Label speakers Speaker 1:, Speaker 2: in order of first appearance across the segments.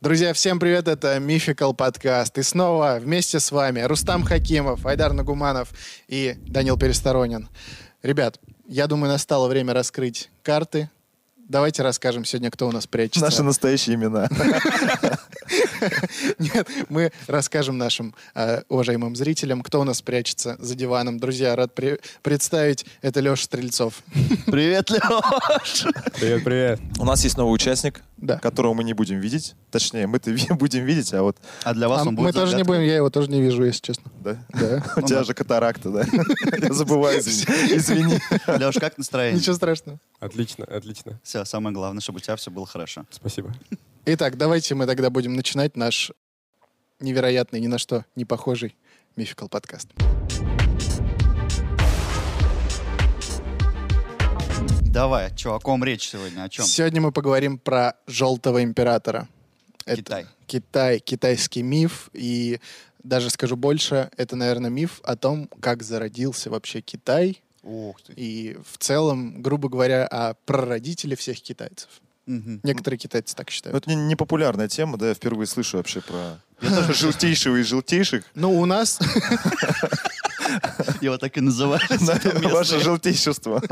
Speaker 1: Друзья, всем привет, это Мификал подкаст. И снова вместе с вами Рустам Хакимов, Айдар Нагуманов и Данил Пересторонин. Ребят, я думаю, настало время раскрыть карты. Давайте расскажем сегодня, кто у нас прячется.
Speaker 2: Наши настоящие имена.
Speaker 1: Нет, мы расскажем нашим э, уважаемым зрителям, кто у нас прячется за диваном. Друзья, рад при- представить, это Леша Стрельцов.
Speaker 2: Привет, Леш!
Speaker 3: Привет, привет.
Speaker 2: У нас есть новый участник,
Speaker 1: Да.
Speaker 2: которого мы не будем видеть. Точнее, мы-то ви- будем видеть, а вот...
Speaker 4: А для вас
Speaker 1: А
Speaker 4: он
Speaker 1: мы
Speaker 4: будет
Speaker 1: тоже не
Speaker 4: загадкой?
Speaker 1: будем, я его тоже не вижу, если честно.
Speaker 2: Ну Да?
Speaker 1: Да.
Speaker 2: У тебя же катаракта, да? Я забываю, извини. извини.
Speaker 4: Леш, как настроение?
Speaker 1: Ничего страшного.
Speaker 3: Отлично, отлично.
Speaker 4: Все, самое главное, чтобы у тебя все было хорошо.
Speaker 3: Спасибо.
Speaker 1: Итак, давайте мы тогда будем начинать наш невероятный, ни на что не похожий мификал подкаст.
Speaker 4: Давай, чё, о ком речь сегодня, о чем?
Speaker 1: Сегодня мы поговорим про желтого императора. Это
Speaker 4: Китай.
Speaker 1: Китай, китайский миф. И даже скажу больше, это, наверное, миф о том, как зародился вообще Китай.
Speaker 4: Ух ты.
Speaker 1: И в целом, грубо говоря, о прародителе всех китайцев.
Speaker 4: Мгм.
Speaker 1: Некоторые китайцы так
Speaker 2: Ну,
Speaker 1: считают.
Speaker 2: Это не- непопулярная тема, да, я впервые слышу вообще про желтейшего из желтейших.
Speaker 1: Ну, у нас
Speaker 4: Его так и называют.
Speaker 2: Наверное, Ваше желтейшество.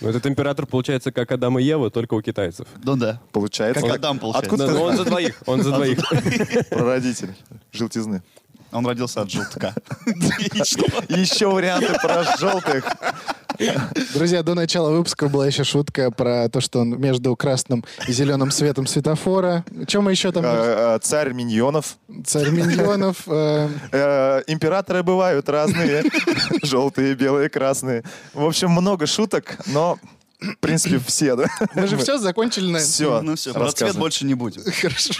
Speaker 3: Ну, этот император, получается, как Адам и Ева, только у китайцев.
Speaker 4: Ну да.
Speaker 2: Получается.
Speaker 4: Как Адам, получается.
Speaker 2: Откуда
Speaker 3: Да,
Speaker 2: ты
Speaker 3: но Ну, он за двоих, он за двоих.
Speaker 2: прародитель желтизны?
Speaker 4: Он родился от желтка.
Speaker 2: И еще варианты про желтых.
Speaker 1: Друзья, до начала выпуска была еще шутка про то, что он между красным и зеленым светом светофора. Чем мы еще там?
Speaker 2: Э, э, Царь миньонов.
Speaker 1: Царь миньонов. э,
Speaker 2: Э, Императоры бывают разные. Желтые, белые, красные. В общем, много шуток, но, в принципе, все, да?
Speaker 1: Мы же все закончили на...
Speaker 2: Все,
Speaker 4: Ну все, про цвет больше не будет.
Speaker 1: Хорошо.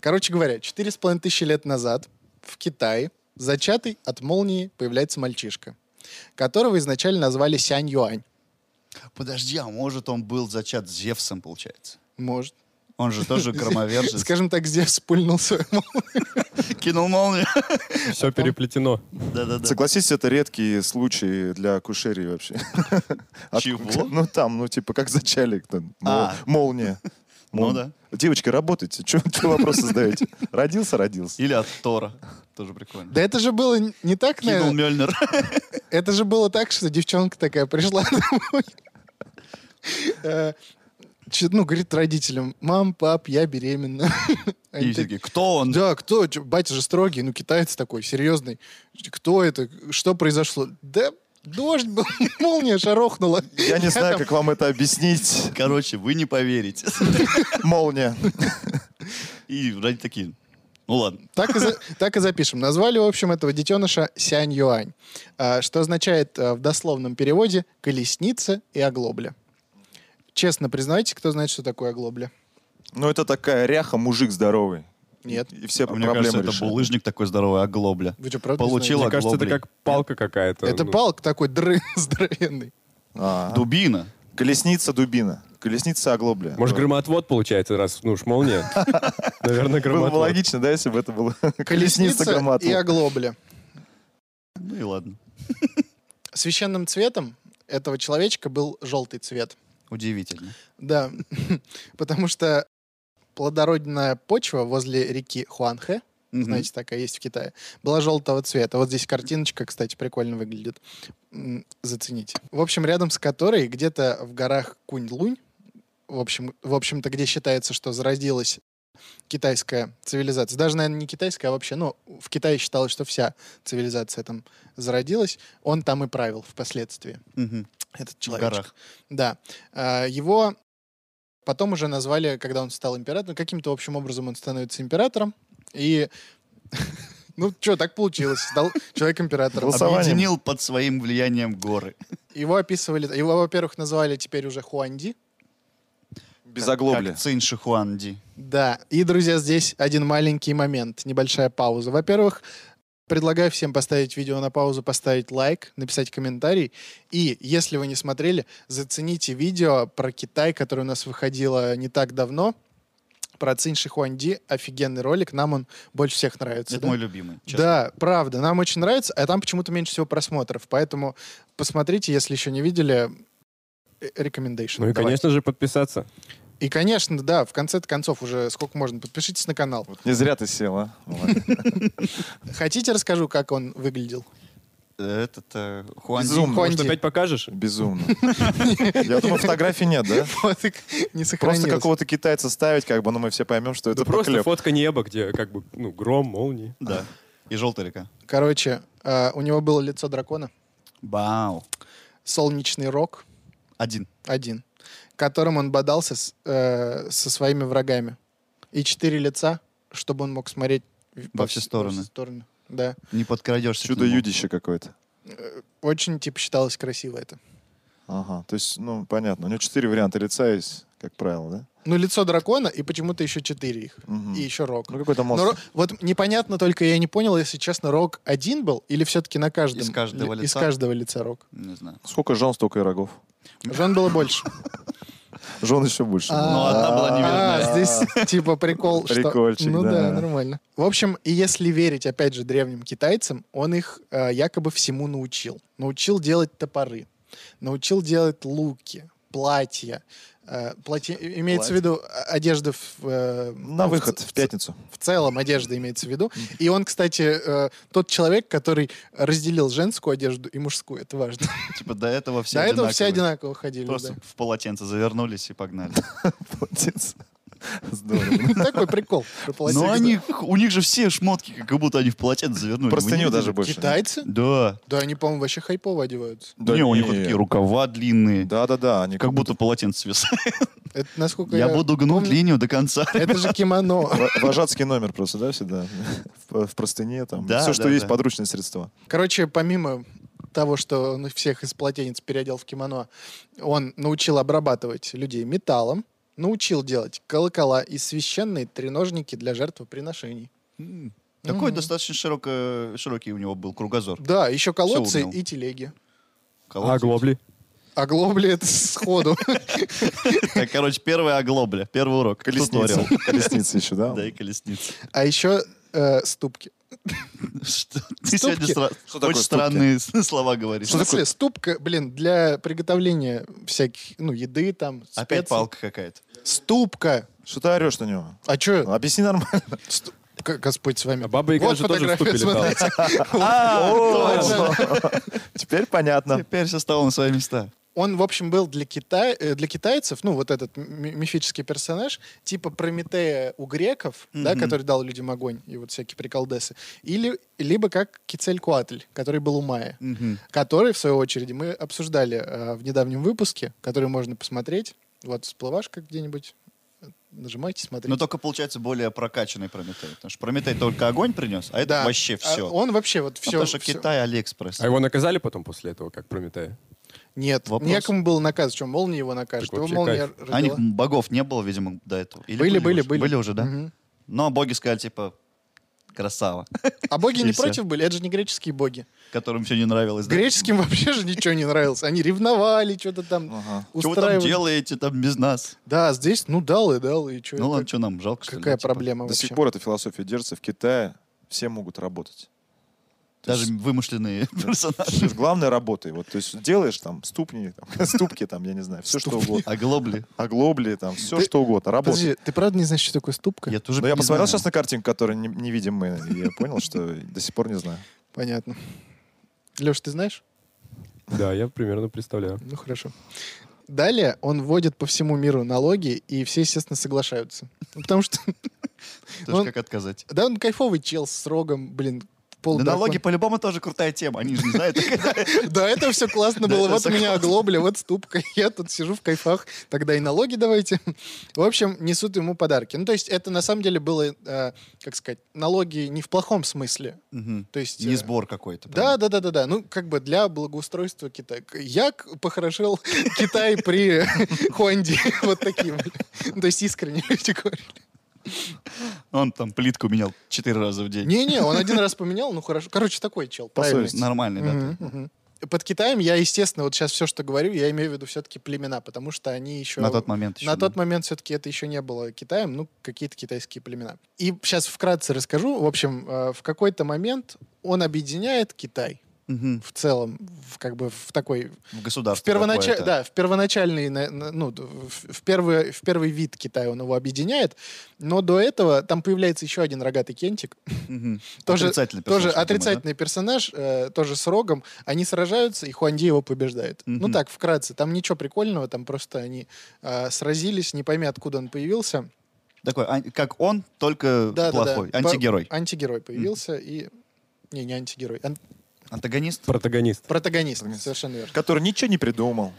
Speaker 1: Короче говоря, четыре с половиной тысячи лет назад в Китае зачатый от молнии появляется мальчишка, которого изначально назвали Сянь Юань.
Speaker 4: Подожди, а может он был зачат Зевсом, получается?
Speaker 1: Может.
Speaker 4: Он же тоже громовержец.
Speaker 1: Скажем так, Зевс пульнул свою молнию.
Speaker 4: Кинул молнию.
Speaker 3: Все переплетено.
Speaker 4: Да-да-да.
Speaker 2: Согласись, это редкие случаи для кушерии вообще. От-
Speaker 4: Чего?
Speaker 2: Ну там, ну типа как зачалик, там, мол-
Speaker 4: А.
Speaker 2: молния.
Speaker 4: Ну
Speaker 2: Мол-
Speaker 4: да.
Speaker 2: Девочки, работайте. Чего вопрос задаете? Родился, родился.
Speaker 4: Или от Тора. Тоже прикольно.
Speaker 1: Да э, это же было не так,
Speaker 4: Кинул
Speaker 1: наверное.
Speaker 4: Мёльнир.
Speaker 1: Это же было так, что девчонка такая пришла домой. Э, чё- Ну, говорит родителям, мам, пап, я беременна. Они такие,
Speaker 4: И такие, кто он?
Speaker 1: э, Да, кто? Чё, Батя же строгий, ну, китаец такой, серьезный. Кто это? Что произошло? Да дождь был, молния шарохнула.
Speaker 2: Я не знаю, как вам это объяснить.
Speaker 4: Короче, вы не поверите.
Speaker 2: Молния.
Speaker 4: И ради такие, ну ладно.
Speaker 1: Так и, за- так и запишем. Назвали, в общем, этого детеныша Сянь Юань, а, что означает а, в дословном переводе «колесница» и «оглобля». Честно признайте, кто знает, что такое оглобля?
Speaker 2: Ну это такая ряха, мужик здоровый.
Speaker 1: Нет.
Speaker 2: И все
Speaker 4: А Мне
Speaker 2: проблемы
Speaker 4: кажется, это
Speaker 2: решают.
Speaker 4: булыжник такой здоровый, а оглобля.
Speaker 1: Вы что, правда не
Speaker 4: Получила
Speaker 3: Мне кажется, это
Speaker 4: оглоблей.
Speaker 3: как палка какая-то.
Speaker 1: знаете? Это
Speaker 3: Ну,
Speaker 1: палк такой дры здоровенный.
Speaker 2: А,
Speaker 4: Дубина.
Speaker 2: Колесница дубина. Колесница оглобля.
Speaker 3: Может,
Speaker 2: Было
Speaker 3: громоотвод, получается, раз, ну уж молния.
Speaker 2: бы
Speaker 3: Наверное, громоотвод.
Speaker 2: логично, да, если бы это было колесница
Speaker 1: Колесница и
Speaker 2: громоотвод.
Speaker 1: оглобля.
Speaker 4: Ну и ладно.
Speaker 1: Священным цветом этого человечка был желтый цвет.
Speaker 4: Удивительно.
Speaker 1: Да, потому что плодородная почва возле реки Хуанхэ,
Speaker 4: Мгм.
Speaker 1: знаете, такая есть в Китае, была желтого цвета. Вот здесь картиночка, кстати, прикольно выглядит. М, Зацените. В общем, рядом с которой где-то в горах Кунь-Лунь, в, общем, в общем-то, где считается, что зародилась китайская цивилизация. Даже, наверное, не китайская, а вообще, ну, в Китае считалось, что вся цивилизация там зародилась. Он там и правил впоследствии,
Speaker 4: Мгм.
Speaker 1: этот
Speaker 4: В
Speaker 1: человек.
Speaker 4: горах.
Speaker 1: Да. А, Его потом уже назвали, когда он стал императором, каким-то общим образом он становится императором. И, ну, что, так получилось. Стал человек императором.
Speaker 2: Голос- Голосованием.
Speaker 4: Объединил под своим влиянием горы.
Speaker 1: Его описывали, его, во-первых, назвали теперь уже Хуанди.
Speaker 2: Без оглобли.
Speaker 4: Как Цин Шихуанди.
Speaker 1: Да. И, друзья, здесь один маленький момент, небольшая пауза. Во-первых, предлагаю всем поставить видео на паузу, поставить лайк, написать комментарий. И, если вы не смотрели, зацените видео про Китай, которое у нас выходило не так давно. Про Цинь Шихуанди. Офигенный ролик. Нам он больше всех нравится.
Speaker 4: Это
Speaker 1: да?
Speaker 4: мой любимый. честно.
Speaker 1: Да, правда, нам очень нравится, а там почему-то меньше всего просмотров, поэтому посмотрите, если еще не видели, э, recommendation.
Speaker 3: Ну и,
Speaker 1: Давай.
Speaker 3: конечно же, подписаться.
Speaker 1: И, конечно, да, в конце концов уже сколько можно, подпишитесь на канал.
Speaker 2: Вот не зря ты а? села. Ладно.
Speaker 1: Хотите, расскажу, как он выглядел?
Speaker 4: Этот э, Хуанди.
Speaker 2: Безумно.
Speaker 1: Хуанди.
Speaker 3: Может, опять покажешь?
Speaker 2: Безумно. Я думаю, фотографий нет, да?
Speaker 1: Вот так не
Speaker 2: Просто
Speaker 1: сохранилось.
Speaker 2: какого-то китайца ставить, как бы, ну мы все поймем, что это
Speaker 3: Да просто
Speaker 2: поклеп.
Speaker 3: фотка неба, где как бы, ну, гром, молнии.
Speaker 4: Да. И желтая река.
Speaker 1: Короче, э, у него было лицо дракона,
Speaker 4: Бау.
Speaker 1: солнечный рог
Speaker 4: Один.
Speaker 1: один, которым он бодался с, э, со своими врагами. И четыре лица, чтобы он мог смотреть в-
Speaker 4: Во все стороны.
Speaker 1: стороны. Да.
Speaker 4: Не подкрадешься. к нему.
Speaker 2: Чудо-юдище какое-то.
Speaker 1: Очень, типа, считалось красиво это.
Speaker 2: Ага, то есть, ну, понятно. У него четыре варианта лица есть, как правило, да?
Speaker 1: Ну, лицо дракона и почему-то еще четыре их.
Speaker 2: Мгм.
Speaker 1: И еще рог.
Speaker 2: Ну, какой-то
Speaker 1: Но
Speaker 2: монстр.
Speaker 1: ро- вот непонятно только, я не понял, если честно, рог один был или все-таки на каждом?
Speaker 4: Из каждого
Speaker 1: ли- Из
Speaker 4: лица?
Speaker 1: каждого лица рог.
Speaker 4: Не знаю.
Speaker 2: Сколько жен, столько и рогов.
Speaker 1: Жен было больше.
Speaker 2: Жен еще больше.
Speaker 1: А,
Speaker 4: Ну, одна была неверная.
Speaker 1: А, здесь типа прикол, что...
Speaker 2: Прикольчик,
Speaker 1: Ну
Speaker 2: да.
Speaker 1: да, нормально. В общем, и если верить, опять же, древним китайцам, он их э, якобы всему научил. Научил делать топоры, научил делать луки, платья. Э, платье, и- имеется в виду э, одежда в... э,
Speaker 2: На
Speaker 1: ну, в
Speaker 2: выход
Speaker 1: ц-
Speaker 2: в пятницу.
Speaker 1: В целом одежда имеется в виду. И он, кстати, э, тот человек, который разделил женскую одежду и мужскую. Это важно.
Speaker 4: Типа до этого все
Speaker 1: До этого все
Speaker 4: одинаковые.
Speaker 1: одинаково ходили.
Speaker 4: Просто в полотенце завернулись и погнали.
Speaker 2: Молодец.
Speaker 4: Ну,
Speaker 2: Здорово.
Speaker 1: да. Ну, Такой прикол. про
Speaker 4: Но
Speaker 1: полотенце.
Speaker 4: они, у них же все шмотки, как будто они в полотенце завернули.
Speaker 2: Простыню
Speaker 4: Вы не
Speaker 2: даже
Speaker 4: видели?
Speaker 2: больше.
Speaker 1: Китайцы?
Speaker 4: Да.
Speaker 1: Да, они, по-моему, вообще хайпово одеваются.
Speaker 2: Да
Speaker 4: не, у них вот
Speaker 2: не.
Speaker 4: такие рукава длинные.
Speaker 2: Да-да-да, они
Speaker 4: Как будто полотенце свисает.
Speaker 1: Это, насколько я...
Speaker 4: Я буду гнуть
Speaker 1: помню,
Speaker 4: линию до конца.
Speaker 1: Это же кимоно.
Speaker 2: Во- Вожатский номер просто, да, всегда? В в простыне там.
Speaker 4: Да,
Speaker 2: Все,
Speaker 4: да,
Speaker 2: что
Speaker 4: да.
Speaker 2: есть, подручные средства.
Speaker 1: Короче, помимо того, что он их всех из полотенец переодел в кимоно, он научил обрабатывать людей металлом, научил делать колокола и священные треножники для жертвоприношений.
Speaker 4: М. Такой
Speaker 1: Мгм.
Speaker 4: достаточно широко, широкий у него был кругозор.
Speaker 1: Да, еще колодцы
Speaker 4: умел.
Speaker 1: и телеги.
Speaker 3: А, глобли.
Speaker 1: Оглобли это сходу.
Speaker 4: Так, короче, первая оглобля, первый урок.
Speaker 2: Колесница.
Speaker 4: Туториал.
Speaker 2: Колесница еще, да?
Speaker 4: Да, и колесница.
Speaker 1: А еще э, ступки.
Speaker 4: Что? Ты сегодня
Speaker 1: Ступки.
Speaker 4: стра-
Speaker 2: Что такое
Speaker 4: очень
Speaker 2: ступки?
Speaker 4: странные с- слова говоришь.
Speaker 1: В смысле, ступка, блин, для приготовления всяких, ну, еды там,
Speaker 4: Опять
Speaker 1: специй.
Speaker 4: палка какая-то.
Speaker 1: Ступка.
Speaker 2: Что ты орешь на него?
Speaker 1: А
Speaker 2: Ну,
Speaker 1: чё,
Speaker 2: Объясни нормально.
Speaker 1: Сту- Г- Господь с вами.
Speaker 3: А Баба Яга
Speaker 1: Вот
Speaker 3: же тоже в
Speaker 1: фотография,
Speaker 3: ступе летала.
Speaker 1: смотрите.
Speaker 2: О,
Speaker 1: точно.
Speaker 2: Теперь понятно.
Speaker 4: А, Теперь все стало на свои места.
Speaker 1: Он, в общем, был для, Кита- э, для китайцев, ну, вот этот ми- мифический персонаж, типа Прометея у греков, да,
Speaker 4: Мгм.
Speaker 1: который дал людям огонь и вот всякие приколдесы, или, либо как Кицелькуатль, который был у Майя,
Speaker 4: Мгм.
Speaker 1: который, в свою очередь, мы обсуждали э, в недавнем выпуске, который можно посмотреть. Вот всплывашка где-нибудь, нажимайте, смотрите.
Speaker 4: Но только получается более прокачанный Прометей. Потому что Прометей только огонь принес, а это
Speaker 1: Да.
Speaker 4: вообще
Speaker 1: А
Speaker 4: все.
Speaker 1: он вообще вот все...
Speaker 4: Потому что Китай Алиэкспресс.
Speaker 3: А его наказали потом после этого, как Прометея?
Speaker 1: Нет,
Speaker 4: Вопрос.
Speaker 1: некому было наказ, что молния его накажет.
Speaker 3: Так
Speaker 1: Его
Speaker 3: вообще
Speaker 1: молния родила.
Speaker 4: А них богов не было, видимо, до этого. Или
Speaker 1: Были, были,
Speaker 4: уже?
Speaker 1: были.
Speaker 4: Были уже, да?
Speaker 1: Мгм.
Speaker 4: Но боги сказали, типа, красава,
Speaker 1: А боги
Speaker 4: И
Speaker 1: не
Speaker 4: всё.
Speaker 1: против были? Это же не греческие боги.
Speaker 4: которым все не нравилось. да?
Speaker 1: Греческим вообще же ничего не нравилось. Они ревновали, что-то там
Speaker 2: Ага.
Speaker 4: Что вы там
Speaker 1: устраивали.
Speaker 4: делаете там без нас?
Speaker 1: Да, здесь, ну, дал и дал, и что
Speaker 4: Ну ладно, что нам, жалко, что ли,
Speaker 1: Какая
Speaker 4: да, типа?
Speaker 1: проблема
Speaker 2: До
Speaker 1: вообще?
Speaker 2: сих пор эта философия держится. В Китае все могут работать. То
Speaker 4: Даже
Speaker 2: есть-
Speaker 4: вымышленные персонажи.
Speaker 2: то есть главное работай. Вот, то есть делаешь там ступни, там, ступки там, я не знаю, все что угодно.
Speaker 4: Оглобли.
Speaker 2: Оглобли там, все
Speaker 1: Ты-
Speaker 2: что угодно. Работай.
Speaker 1: Подожди, ты правда не знаешь, что такое ступка?
Speaker 4: Я тоже
Speaker 2: Но Ну, я
Speaker 4: не
Speaker 2: посмотрел
Speaker 4: знаю.
Speaker 2: сейчас на картинку, которую не, не видим мы, и я понял, что до сих пор не знаю.
Speaker 1: Понятно. Леш, ты знаешь?
Speaker 3: Да, я примерно представляю.
Speaker 1: Ну, хорошо. Далее он вводит по всему миру налоги, и все, естественно, соглашаются. Ну, Потому что,
Speaker 4: Тоже
Speaker 2: ну,
Speaker 1: он-
Speaker 4: как отказать.
Speaker 1: да, он кайфовый чел с рогом, блин, пол
Speaker 4: Да налоги по-любому тоже крутая тема. Они же не знают.
Speaker 1: Да, это все классно
Speaker 4: Да,
Speaker 1: было.
Speaker 4: это
Speaker 1: Вот у меня
Speaker 4: согласен.
Speaker 1: оглобля, вот ступка. Я тут сижу в кайфах. Тогда и налоги давайте. В общем, несут ему подарки. Ну, то есть это на самом деле было, э, как сказать, налоги не в плохом смысле.
Speaker 4: Мгм.
Speaker 1: То есть... э,
Speaker 4: Не сбор какой-то.
Speaker 1: Да, да, да, да, да. Ну, как бы для благоустройства Китая. К- Я к- похорошил Китай при Хуанди. Вот таким. Ну, То есть искренне люди говорили.
Speaker 4: Он там плитку менял четыре раза в день.
Speaker 1: Не-не, он один раз поменял, ну хорошо. Короче, такой чел.
Speaker 2: По
Speaker 1: правильный.
Speaker 2: совести.
Speaker 4: Нормальный, да.
Speaker 1: Мгм, мгм. Под Китаем я, естественно, вот сейчас все, что говорю, я имею в виду все-таки племена, потому что они еще...
Speaker 4: На тот момент еще.
Speaker 1: На
Speaker 4: да.
Speaker 1: тот момент все-таки это еще не было Китаем, ну, какие-то китайские племена. И сейчас вкратце расскажу. В общем, э, в какой-то момент он объединяет Китай.
Speaker 4: Мгм.
Speaker 1: в целом, в, как бы в такой...
Speaker 4: В
Speaker 1: В,
Speaker 4: государстве
Speaker 1: первонач...
Speaker 4: какое-то.
Speaker 1: да, в первоначальный, на- на- ну, д- в, в первый, в первый вид Китая он его объединяет, но до этого там появляется еще один рогатый кентик,
Speaker 4: Мгм.
Speaker 1: Тоже-
Speaker 4: отрицательный
Speaker 1: тоже
Speaker 4: персонаж, я думаю, да?
Speaker 1: отрицательный персонаж, э, тоже с рогом. Они сражаются, и Хуанди его побеждает. Ну
Speaker 4: Мгм.
Speaker 1: так, вкратце. Там ничего прикольного, там просто они э, сразились, не пойми, откуда он появился.
Speaker 4: Такой, ан- как он, только
Speaker 1: Да-да-да.
Speaker 4: плохой.
Speaker 1: По-
Speaker 4: Антигерой.
Speaker 1: Антигерой появился и... Не, не антигерой. ан-
Speaker 4: Антагонист?
Speaker 3: Протагонист.
Speaker 1: Протагонист, совершенно верно.
Speaker 2: Который ничего не придумал.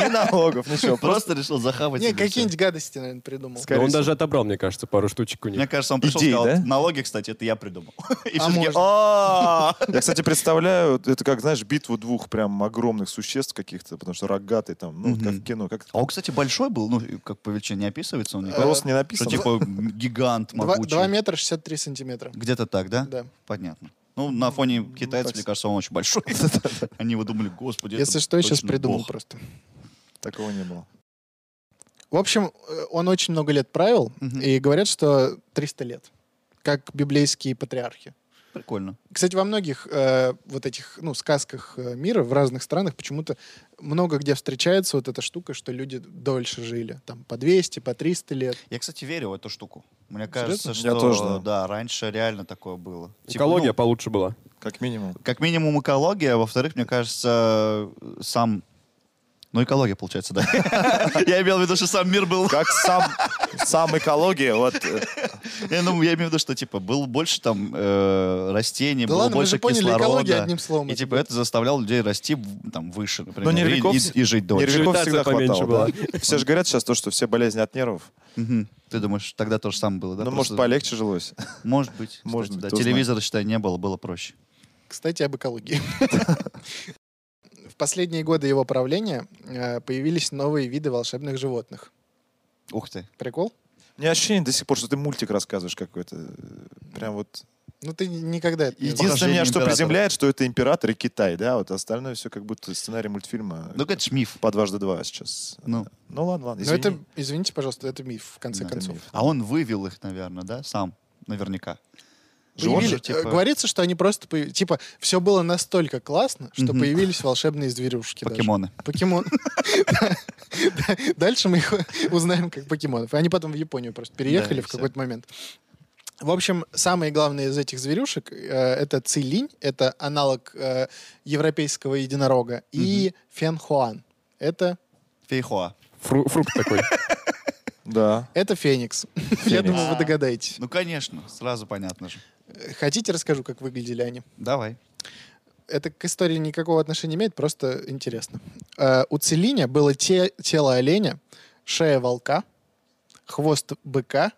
Speaker 2: Ни налогов, ничего. Просто
Speaker 4: Ну Просто решил захавать.
Speaker 1: Не,
Speaker 4: себе всё.
Speaker 1: какие-нибудь гадости, наверное, придумал.
Speaker 2: Скорее
Speaker 3: Да он
Speaker 2: всего.
Speaker 3: даже отобрал, мне кажется, пару штучек у
Speaker 4: Мне
Speaker 3: них.
Speaker 4: кажется, он пришел
Speaker 2: Идеи,
Speaker 4: сказал,
Speaker 2: да?
Speaker 4: налоги, кстати, это я придумал. И
Speaker 1: А
Speaker 4: все таки
Speaker 1: можно.
Speaker 4: о
Speaker 2: Я, кстати, представляю, это как, знаешь, битву двух прям огромных существ каких-то, потому что рогатый там, ну, вот как
Speaker 4: Мгм.
Speaker 2: в кино. Как...
Speaker 4: А он, кстати, большой был, ну, и как по величине не описывается он никак.
Speaker 2: Рост не
Speaker 4: Что,
Speaker 2: написан.
Speaker 4: типа, гигант
Speaker 1: Два, два
Speaker 4: могучий.
Speaker 1: метра 63 сантиметра.
Speaker 4: Где-то так, да?
Speaker 1: Да.
Speaker 4: Понятно. Ну, на фоне китайцев, мне кажется, он очень большой. Они его думали, господи, это
Speaker 1: Если что, я сейчас
Speaker 4: точно
Speaker 1: придумал
Speaker 4: бог».
Speaker 1: просто.
Speaker 2: Такого не было.
Speaker 1: В общем, э, он очень много лет правил,
Speaker 4: Мгм.
Speaker 1: и говорят, что 300 лет. Как библейские патриархи.
Speaker 4: Прикольно.
Speaker 1: Кстати, во многих э, вот этих, ну, сказках э, мира в разных странах почему-то много где встречается вот эта штука, что люди дольше жили. Там по 200, по 300 лет.
Speaker 4: Я, кстати, верю в эту штуку. Мне кажется,
Speaker 2: Я
Speaker 4: что
Speaker 2: тоже, да.
Speaker 4: да, раньше реально такое было. Типа, ну,
Speaker 3: Экология получше была.
Speaker 2: Как минимум.
Speaker 4: как минимум экология, а во-вторых, мне кажется, э, сам... Ну, экология, получается, да. Я имел в виду, что сам мир был...
Speaker 2: Как сам, сам экология, вот. э,
Speaker 4: Я ну, я имею в виду, что, типа, было больше там э, растений,
Speaker 1: Да
Speaker 4: было
Speaker 1: ладно, мы
Speaker 4: больше
Speaker 1: же поняли, экология
Speaker 4: кислорода.
Speaker 1: одним словом.
Speaker 4: И, типа, это заставляло людей расти в- там выше, например,
Speaker 2: Но
Speaker 4: и-
Speaker 2: Ну, нервиков
Speaker 4: и,
Speaker 2: вс-
Speaker 4: и жить дольше.
Speaker 2: Нервиков
Speaker 3: Гравитация
Speaker 2: всегда
Speaker 3: поменьше
Speaker 2: хватало. да? Все же говорят сейчас то, что все болезни от нервов.
Speaker 4: Мгм. Ты думаешь, тогда то же самое было, да?
Speaker 2: Ну, может,
Speaker 4: Просто-
Speaker 2: полегче жилось.
Speaker 4: Может быть. кстати,
Speaker 2: Может быть,
Speaker 4: да.
Speaker 2: кто знает.
Speaker 4: Телевизора, считай, не было, было проще.
Speaker 1: Кстати, об экологии. В последние годы его правления э, появились новые виды волшебных животных.
Speaker 4: Ух ты.
Speaker 1: Прикол?
Speaker 2: У меня ощущение до сих пор, что ты мультик рассказываешь какой-то. э, Прям вот.
Speaker 1: Ну ты никогда это не
Speaker 4: Иди-
Speaker 2: Единственное меня, что
Speaker 4: императора.
Speaker 2: приземляет, что это император и Китай, да? Вот остальное все как будто сценарий мультфильма.
Speaker 4: Ну, это ж миф.
Speaker 2: по дважды два сейчас.
Speaker 4: Ну.
Speaker 2: Ну ладно, ладно.
Speaker 1: Но
Speaker 2: Извини.
Speaker 1: это, извините, пожалуйста, это миф, в конце
Speaker 2: Да, это
Speaker 1: концов.
Speaker 2: миф.
Speaker 4: А он вывел их, наверное, да, сам, наверняка.
Speaker 1: Появили-
Speaker 4: Он же,
Speaker 1: э,
Speaker 4: типа,
Speaker 1: Говорится, что они просто... появ- Типа, все было настолько классно, что
Speaker 4: Мгм.
Speaker 1: появились волшебные зверюшки даже.
Speaker 4: покемоны.
Speaker 1: Покемон. Да. Дальше мы их узнаем как покемонов. И Они потом в Японию просто
Speaker 4: Да,
Speaker 1: переехали
Speaker 4: и
Speaker 1: в
Speaker 4: всё.
Speaker 1: какой-то момент. В общем, самые главные из этих зверюшек э, это цилинь, это аналог э, европейского единорога, и фенхуан. Это,
Speaker 4: Фейхоа.
Speaker 3: Фру- фрукт такой.
Speaker 2: Да.
Speaker 1: это феникс. Я думаю, вы
Speaker 4: А.
Speaker 1: догадаетесь.
Speaker 4: Ну, конечно, сразу понятно же.
Speaker 1: Э, Хотите, расскажу, как выглядели они?
Speaker 4: Давай.
Speaker 1: это к истории никакого отношения не имеет, просто интересно. Э, у Целиня было те- тело оленя, шея волка, хвост быка,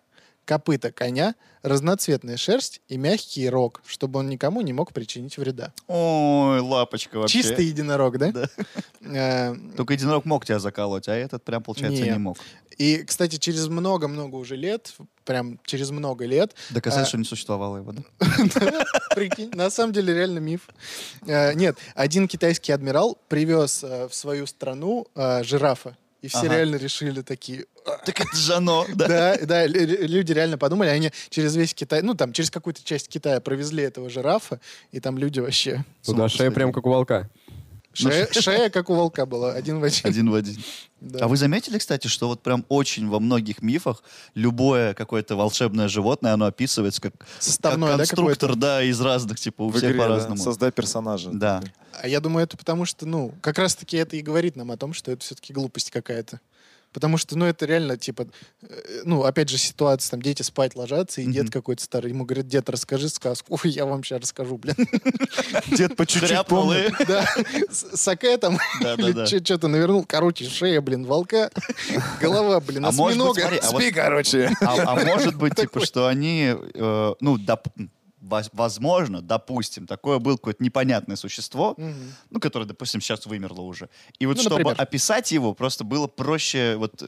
Speaker 1: копыта коня, разноцветная шерсть и мягкий рог, чтобы он никому не мог причинить вреда.
Speaker 4: Ой, лапочка вообще.
Speaker 1: Чистый единорог, да?
Speaker 4: Да.
Speaker 1: Э,
Speaker 4: Только единорог мог тебя заколоть, а этот прям, получается,
Speaker 1: Не.
Speaker 4: не мог.
Speaker 1: и, кстати, через много-много уже лет, прям через много лет,
Speaker 4: Доказать,
Speaker 1: А.
Speaker 4: что не существовало его, да?
Speaker 1: Прикинь, на самом деле реально миф. Э, Нет, один китайский адмирал привез э, в свою страну э, жирафа. И все
Speaker 4: Ага.
Speaker 1: реально решили такие... «А».
Speaker 4: Так это же оно, да.
Speaker 1: Да, да, лю- лю- люди реально подумали, они через весь Китай, ну там, через какую-то часть Китая провезли этого жирафа, и там люди вообще...
Speaker 3: Ну да, шея прям как у волка.
Speaker 1: Шея, шея как у волка была, один в один.
Speaker 4: Один в один.
Speaker 1: Да.
Speaker 4: А вы заметили, кстати, что вот прям очень во многих мифах любое какое-то волшебное животное, оно описывается как,
Speaker 1: Составное,
Speaker 4: как
Speaker 1: да,
Speaker 4: конструктор, да, из разных, типа, у
Speaker 2: В
Speaker 4: всех
Speaker 2: игре, да,
Speaker 4: по-разному.
Speaker 2: Создай персонажа.
Speaker 4: Да.
Speaker 1: А я думаю, это потому что, ну, как раз-таки это и говорит нам о том, что это все-таки глупость какая-то. Потому что, ну, это реально, типа, э, ну, опять же, ситуация, там, дети спать ложатся, и дед
Speaker 4: Мгм.
Speaker 1: какой-то старый ему говорит, дед, расскажи сказку. Ой, я вам сейчас расскажу, блин.
Speaker 2: Дед по чуть-чуть
Speaker 4: Хряпнул
Speaker 2: помнит.
Speaker 4: и-
Speaker 1: Да, с- саке там,
Speaker 4: Да, да, да.
Speaker 1: или что-то навернул. Короче, шея, блин, волка, голова, блин,
Speaker 4: А может быть,
Speaker 1: осьминога.
Speaker 4: смотри, а вот-
Speaker 2: Спи, короче.
Speaker 4: А, а может быть, типа, что они, э, ну, доп- воз- возможно, допустим, такое было какое-то непонятное существо,
Speaker 1: Мгм.
Speaker 4: ну, которое, допустим, сейчас вымерло уже. И вот
Speaker 1: Ну,
Speaker 4: чтобы
Speaker 1: например.
Speaker 4: описать его, просто было проще вот
Speaker 2: А,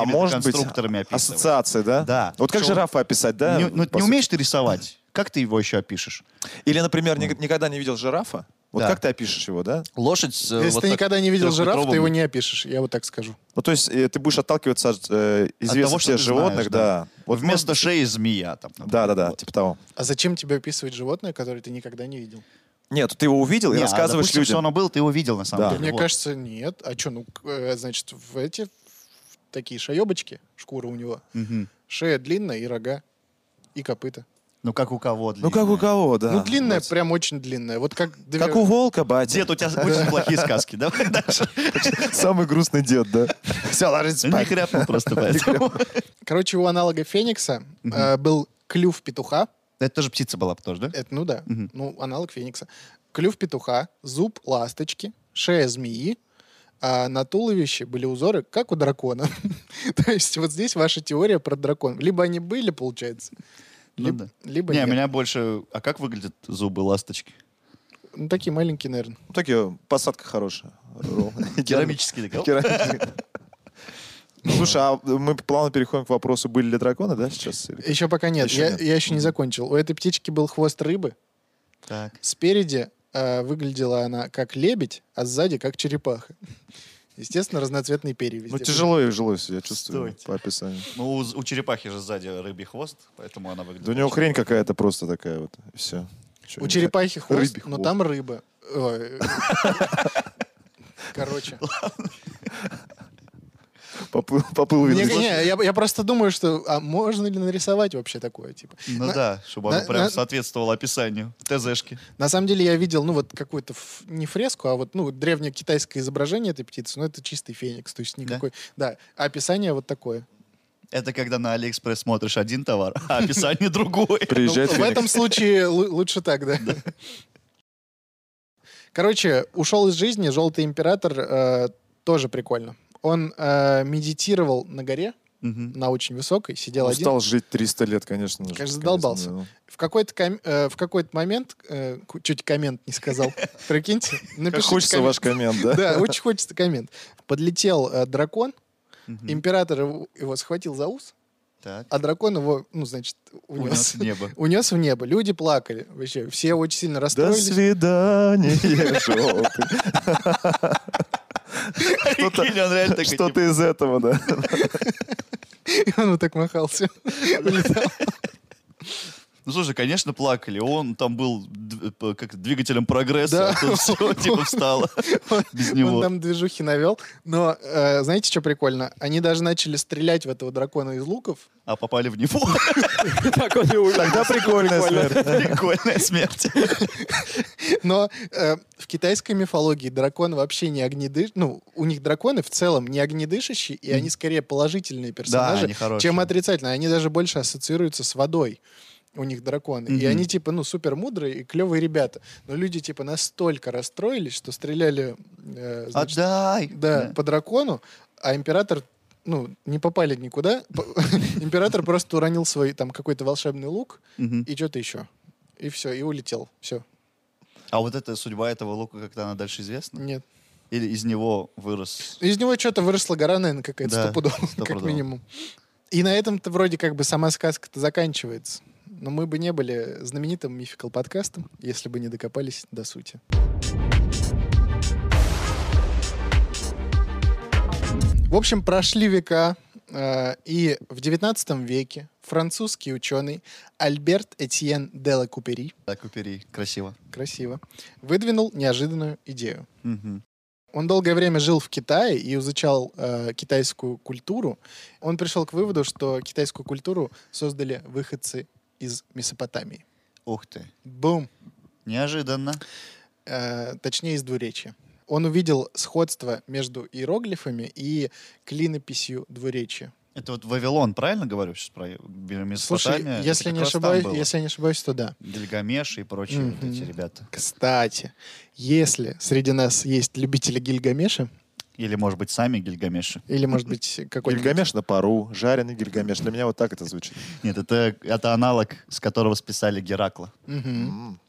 Speaker 4: какими-то
Speaker 2: может быть,
Speaker 4: конструкторами описывать.
Speaker 2: ассоциации, да?
Speaker 4: Да.
Speaker 2: Вот как
Speaker 4: Что-
Speaker 2: жирафа описать, да?
Speaker 4: Не, ну,
Speaker 2: по
Speaker 4: не
Speaker 2: сути?
Speaker 4: умеешь ты рисовать? Как ты его еще опишешь?
Speaker 2: Или, например, ни- никогда не видел жирафа? Вот
Speaker 4: Да.
Speaker 2: как ты опишешь его, да?
Speaker 4: Лошадь с, э,
Speaker 1: Если
Speaker 4: вот
Speaker 1: ты
Speaker 4: так
Speaker 1: никогда не видел жирафа, ты
Speaker 4: трехметровым-
Speaker 1: его не опишешь, я вот так скажу.
Speaker 2: Ну, то есть э, ты будешь отталкиваться от э, известных
Speaker 4: того, что
Speaker 2: тебе
Speaker 4: ты
Speaker 2: животных,
Speaker 4: знаешь,
Speaker 2: да.
Speaker 4: да.
Speaker 2: Вот
Speaker 4: Вместо шеи змея там.
Speaker 2: Да, да, да,
Speaker 4: Вот.
Speaker 2: типа того.
Speaker 1: А зачем тебе описывать животное, которое ты никогда не видел?
Speaker 2: Нет, ты его увидел и
Speaker 4: Не, а
Speaker 2: рассказываешь
Speaker 4: допустим, что
Speaker 2: людям.
Speaker 4: оно было, ты его видел на самом
Speaker 2: Да.
Speaker 4: деле.
Speaker 1: Мне
Speaker 4: А, вот.
Speaker 1: кажется, нет. А что, ну, к- э, значит, в эти в такие шаебочки, шкура у него,
Speaker 4: Мгм.
Speaker 1: шея длинная и рога, и копыта.
Speaker 4: Ну как у кого
Speaker 2: Ну как у
Speaker 4: длинная.
Speaker 2: кого, да.
Speaker 1: ну, длинная,
Speaker 2: Вот.
Speaker 1: прям очень длинная. Вот как... две-
Speaker 2: Как у волка, батя.
Speaker 4: Дед, у тебя очень плохие сказки. Давай дальше.
Speaker 2: Самый грустный дед, да. Все, ложись
Speaker 4: Не
Speaker 2: спать.
Speaker 4: хряпнул просто поэтому.
Speaker 1: Короче, у аналога Феникса
Speaker 4: Мгм.
Speaker 1: э, был клюв петуха.
Speaker 4: Это тоже птица была бы тоже, да?
Speaker 1: Это, ну да,
Speaker 4: Мгм.
Speaker 1: ну, аналог Феникса. Клюв петуха, зуб ласточки, шея змеи, а на туловище были узоры, как у дракона. То есть вот здесь ваша теория про дракон. Либо они были, получается,
Speaker 4: Ну
Speaker 1: либо,
Speaker 4: да.
Speaker 1: либо
Speaker 4: Не,
Speaker 1: нет.
Speaker 4: меня больше... А как выглядят зубы ласточки?
Speaker 1: Ну, такие маленькие, наверное.
Speaker 2: Такие, посадка хорошая. ровная.
Speaker 4: Керамические. такие.
Speaker 2: Керамические. Ну, Слушай, а мы плавно переходим к вопросу, были ли драконы, да, сейчас? Или-
Speaker 1: Еще пока нет.
Speaker 4: Ещё
Speaker 1: я,
Speaker 4: нет.
Speaker 1: я еще не закончил. У этой птички был хвост рыбы.
Speaker 4: Так.
Speaker 1: Спереди э, выглядела она как лебедь, а сзади как черепаха. Естественно, разноцветные перья везде.
Speaker 2: Ну, тяжело ей жилось, я чувствую,
Speaker 4: Стойте.
Speaker 2: по описанию.
Speaker 4: Ну, у з- у черепахи же сзади рыбий хвост, поэтому она выглядит...
Speaker 2: Да у него
Speaker 4: очень-
Speaker 2: хрень какая-то просто такая вот, все.
Speaker 1: У черепахи хвост,
Speaker 2: Рыбий
Speaker 1: но
Speaker 2: хвост.
Speaker 1: там рыба. Ой. Короче.
Speaker 2: Поплыл, поплыл
Speaker 1: Не,
Speaker 2: видос.
Speaker 1: не, я, я просто думаю, что а можно ли нарисовать вообще такое? Типа.
Speaker 4: Ну
Speaker 1: На-
Speaker 4: да, чтобы оно
Speaker 1: на-
Speaker 4: прям
Speaker 1: на-
Speaker 4: соответствовало описанию ТЗшки.
Speaker 1: На самом деле я видел, ну, вот какую-то, ф- не фреску, а вот, ну, древнее китайское изображение этой птицы, но это чистый феникс, то есть никакой... Да, а описание вот такое.
Speaker 4: Это когда на Алиэкспресс смотришь один товар, а описание другой.
Speaker 1: Ну,
Speaker 2: Приезжает
Speaker 1: в этом
Speaker 2: Феникс.
Speaker 1: случае лу- лучше так, да. Короче, ушел из жизни желтый император, э, тоже прикольно. Он э, медитировал на горе,
Speaker 4: Мгм.
Speaker 1: на очень высокой, сидел один.
Speaker 2: Устал жить 300 лет, конечно же.
Speaker 1: Конечно, задолбался.
Speaker 2: Конечно,
Speaker 1: В какой-то, ком- э, в какой-то момент, э, ку- чуть коммент не сказал, прикиньте,
Speaker 2: да. Как
Speaker 1: напишите
Speaker 2: хочется
Speaker 1: коммент.
Speaker 2: ваш коммент, да?
Speaker 1: Да, очень хочется коммент. Подлетел э, дракон,
Speaker 4: Мгм.
Speaker 1: император его, его схватил за ус,
Speaker 4: Так.
Speaker 1: а дракон его, ну, значит, унес.
Speaker 4: Унес небо.
Speaker 1: Унес в небо. Люди плакали. Вообще, все очень сильно
Speaker 2: До
Speaker 1: расстроились.
Speaker 2: свидания, желтый. Что-то-
Speaker 4: Или он реально такой, типа,
Speaker 2: Что-то из этого, да.
Speaker 1: И он вот так махался. Улетал.
Speaker 4: Ну, слушай, конечно, плакали. Он там был д- п- как двигателем прогресса,
Speaker 1: Да.
Speaker 4: а тут все типа встало без
Speaker 1: Он
Speaker 4: него.
Speaker 1: там движухи навел. Но э, знаете, что прикольно? Они даже начали стрелять в этого дракона из луков.
Speaker 4: А попали в него.
Speaker 3: Так он и умер.
Speaker 2: Тогда прикольная смерть.
Speaker 4: Прикольная смерть.
Speaker 1: Но э, в китайской мифологии дракон вообще не огнедышащий. Ну, у них драконы в целом не огнедышащие, и они скорее положительные персонажи,
Speaker 4: они хорошие.
Speaker 1: чем отрицательные. Они даже больше ассоциируются с водой. У них драконы. И
Speaker 4: Мгм.
Speaker 1: они типа, ну, супер мудрые и клевые ребята. Но люди типа настолько расстроились, что стреляли э, значит,
Speaker 4: Отдай.
Speaker 1: да, по дракону, а император ну, не попали никуда. П- Император просто уронил свой там какой-то волшебный лук
Speaker 4: Мгм.
Speaker 1: и что-то еще. И все, и улетел. Все.
Speaker 4: А вот эта судьба этого лука, как-то она дальше известна?
Speaker 1: Нет.
Speaker 4: Или из него вырос?
Speaker 1: Из него что-то выросла гора, наверное, какая-то
Speaker 4: Да,
Speaker 1: стопудово, как
Speaker 4: стопудово.
Speaker 1: минимум. И на этом-то вроде как бы сама сказка-то заканчивается. Но мы бы не были знаменитым мификал подкастом, если бы не докопались до сути. В общем, прошли века, э, и в 19 веке французский ученый Альберт Этьен де ла Купери,
Speaker 4: Так, Купери, красиво.
Speaker 1: красиво, выдвинул неожиданную идею.
Speaker 4: Мгм.
Speaker 1: Он долгое время жил в Китае и изучал э, китайскую культуру. Он пришел к выводу, что китайскую культуру создали выходцы из Месопотамии.
Speaker 4: Ух ты.
Speaker 1: Бум!
Speaker 4: Неожиданно.
Speaker 1: Э, точнее, из двуречья. Он увидел сходство между иероглифами и клинописью двуречья.
Speaker 4: Это вот Вавилон, правильно говорю сейчас про Месопотамию?
Speaker 1: Слушай, если не, ошибаюсь, если не ошибаюсь, то да.
Speaker 4: Гильгамеш и прочие вот
Speaker 1: Мгм.
Speaker 4: эти ребята.
Speaker 1: Кстати, если среди нас есть любители Гильгамеша,
Speaker 4: Или, может быть, сами Гильгамеши.
Speaker 1: или, может быть, какой-нибудь...
Speaker 2: Гильгамеш на пару, жареный гильгамеш. Для меня вот так это звучит.
Speaker 4: Нет, это, это аналог, с которого списали Геракла.
Speaker 1: Мгм.
Speaker 2: М.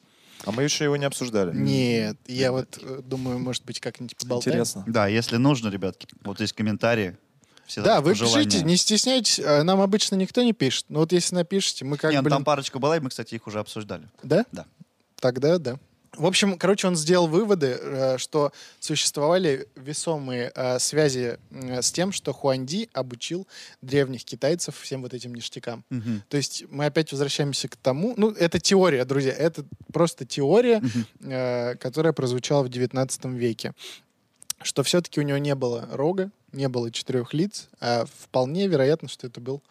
Speaker 2: А мы еще его не обсуждали.
Speaker 1: Нет, я вот э, думаю, может быть, как-нибудь поболтаем.
Speaker 2: Интересно.
Speaker 4: Да, если нужно, ребятки, вот есть комментарии. всегда
Speaker 1: Да, вы
Speaker 4: пожелания.
Speaker 1: пишите, не стесняйтесь. Э, Нам обычно никто не пишет. Но вот если напишите, мы как
Speaker 4: Не, ну
Speaker 1: бы...
Speaker 4: там парочка была, и мы, кстати, их уже обсуждали.
Speaker 1: Да?
Speaker 4: Да.
Speaker 1: Тогда да. В общем, короче, он сделал выводы, э, что существовали весомые э, связи м, с тем, что Хуанди обучил древних китайцев всем вот этим ништякам.
Speaker 4: Мгм.
Speaker 1: То есть мы опять возвращаемся к тому, ну, это теория, друзья, это просто теория,
Speaker 4: Мгм.
Speaker 1: э, которая прозвучала в 19 веке, что все-таки у него не было рога, не было четырех лиц, а вполне вероятно, что это был...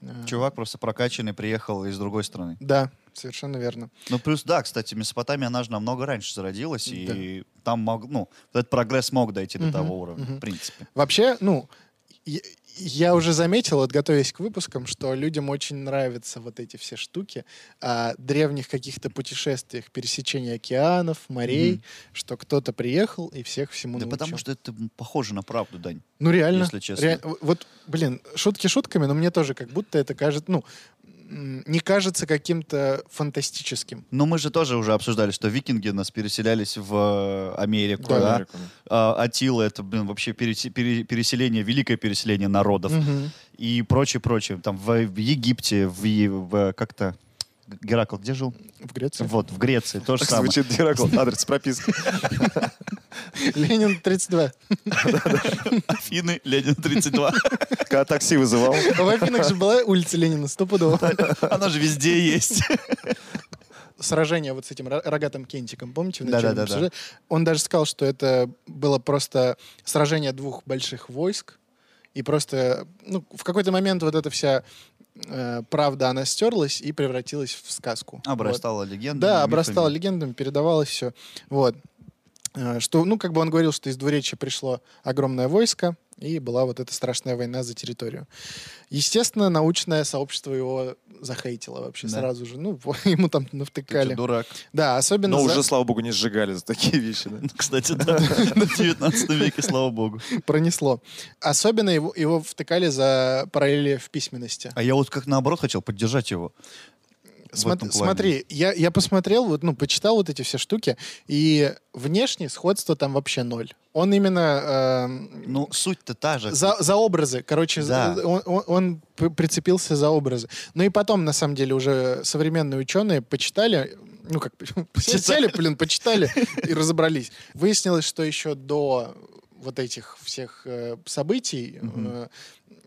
Speaker 1: э,
Speaker 4: Чувак просто прокачанный приехал из другой страны.
Speaker 1: Да, совершенно верно.
Speaker 4: Ну, плюс, да, кстати, Месопотамия, она же намного раньше зародилась, и там мог, ну, вот этот прогресс мог дойти до
Speaker 1: Мгм,
Speaker 4: того уровня,
Speaker 1: мгм.
Speaker 4: в принципе.
Speaker 1: Вообще, ну, я, я уже заметил, вот готовясь к выпускам, что людям очень нравятся вот эти все штуки о древних каких-то путешествиях, пересечения океанов, морей,
Speaker 4: Мгм.
Speaker 1: что кто-то приехал и всех всему
Speaker 4: Да
Speaker 1: научил.
Speaker 4: потому что это м, похоже на правду, Дань.
Speaker 1: Ну, реально.
Speaker 4: если честно.
Speaker 1: Ре- в- вот, блин, шутки шутками, но мне тоже как будто это кажется, ну, м, не кажется каким-то фантастическим.
Speaker 4: Но мы же тоже уже обсуждали, что викинги у нас переселялись в э, Америку,
Speaker 1: Да.
Speaker 4: да? А, Атила — это, блин, вообще пересе- пере- переселение, великое переселение народов
Speaker 1: Мгм.
Speaker 4: и прочее, прочее. Там в, в Египте, в, Е- в, э, как-то... Геракл где жил?
Speaker 1: В Греции.
Speaker 4: Вот, в Греции, то же
Speaker 2: Как
Speaker 4: самое.
Speaker 2: звучит Геракл, адрес прописки.
Speaker 1: Ленин 32.
Speaker 4: Афины, Ленин 32.
Speaker 2: Когда такси вызывал.
Speaker 1: А В Афинах же была улица Ленина, стопудово.
Speaker 4: Она же везде есть.
Speaker 1: сражение вот с этим ро- рогатым кентиком, помните?
Speaker 4: Да-да-да-да.
Speaker 1: вначале мы обсуждали? Он даже сказал, что это было просто сражение двух больших войск, и просто ну, в какой-то момент вот эта вся э, правда, она стерлась и превратилась в сказку. Вот.
Speaker 4: Обрастала легенда.
Speaker 1: Да, обрастала легендами, передавалось все. Вот. Э, Что, ну, как бы он говорил, что из двуречья пришло огромное войско, и была вот эта страшная война за территорию. Естественно, научное сообщество его захейтило вообще
Speaker 4: Да. ну,
Speaker 1: сразу же. Ну, ему там навтыкали.
Speaker 4: дурак.
Speaker 1: Да, особенно
Speaker 2: Но
Speaker 1: за-
Speaker 2: ну, уже, слава богу, не сжигали за такие вещи. да.
Speaker 4: Кстати, да. В 19 веке, слава богу.
Speaker 1: пронесло. Особенно его, его втыкали за параллели в письменности.
Speaker 4: А я вот как наоборот хотел поддержать его.
Speaker 1: Смо-
Speaker 4: этом плане.
Speaker 1: смотри, я, я посмотрел, вот, ну, почитал вот эти все штуки, и внешне сходство там вообще ноль. Он именно эм,
Speaker 4: Ну, суть-то та же.
Speaker 1: за, за образы, короче, за-
Speaker 4: Да.
Speaker 1: он, он- он п- прицепился за образы. Ну и потом, на самом деле, уже современные ученые почитали, ну как, почитали, блин, почитали и разобрались. Выяснилось, что еще до вот этих всех э, событий э,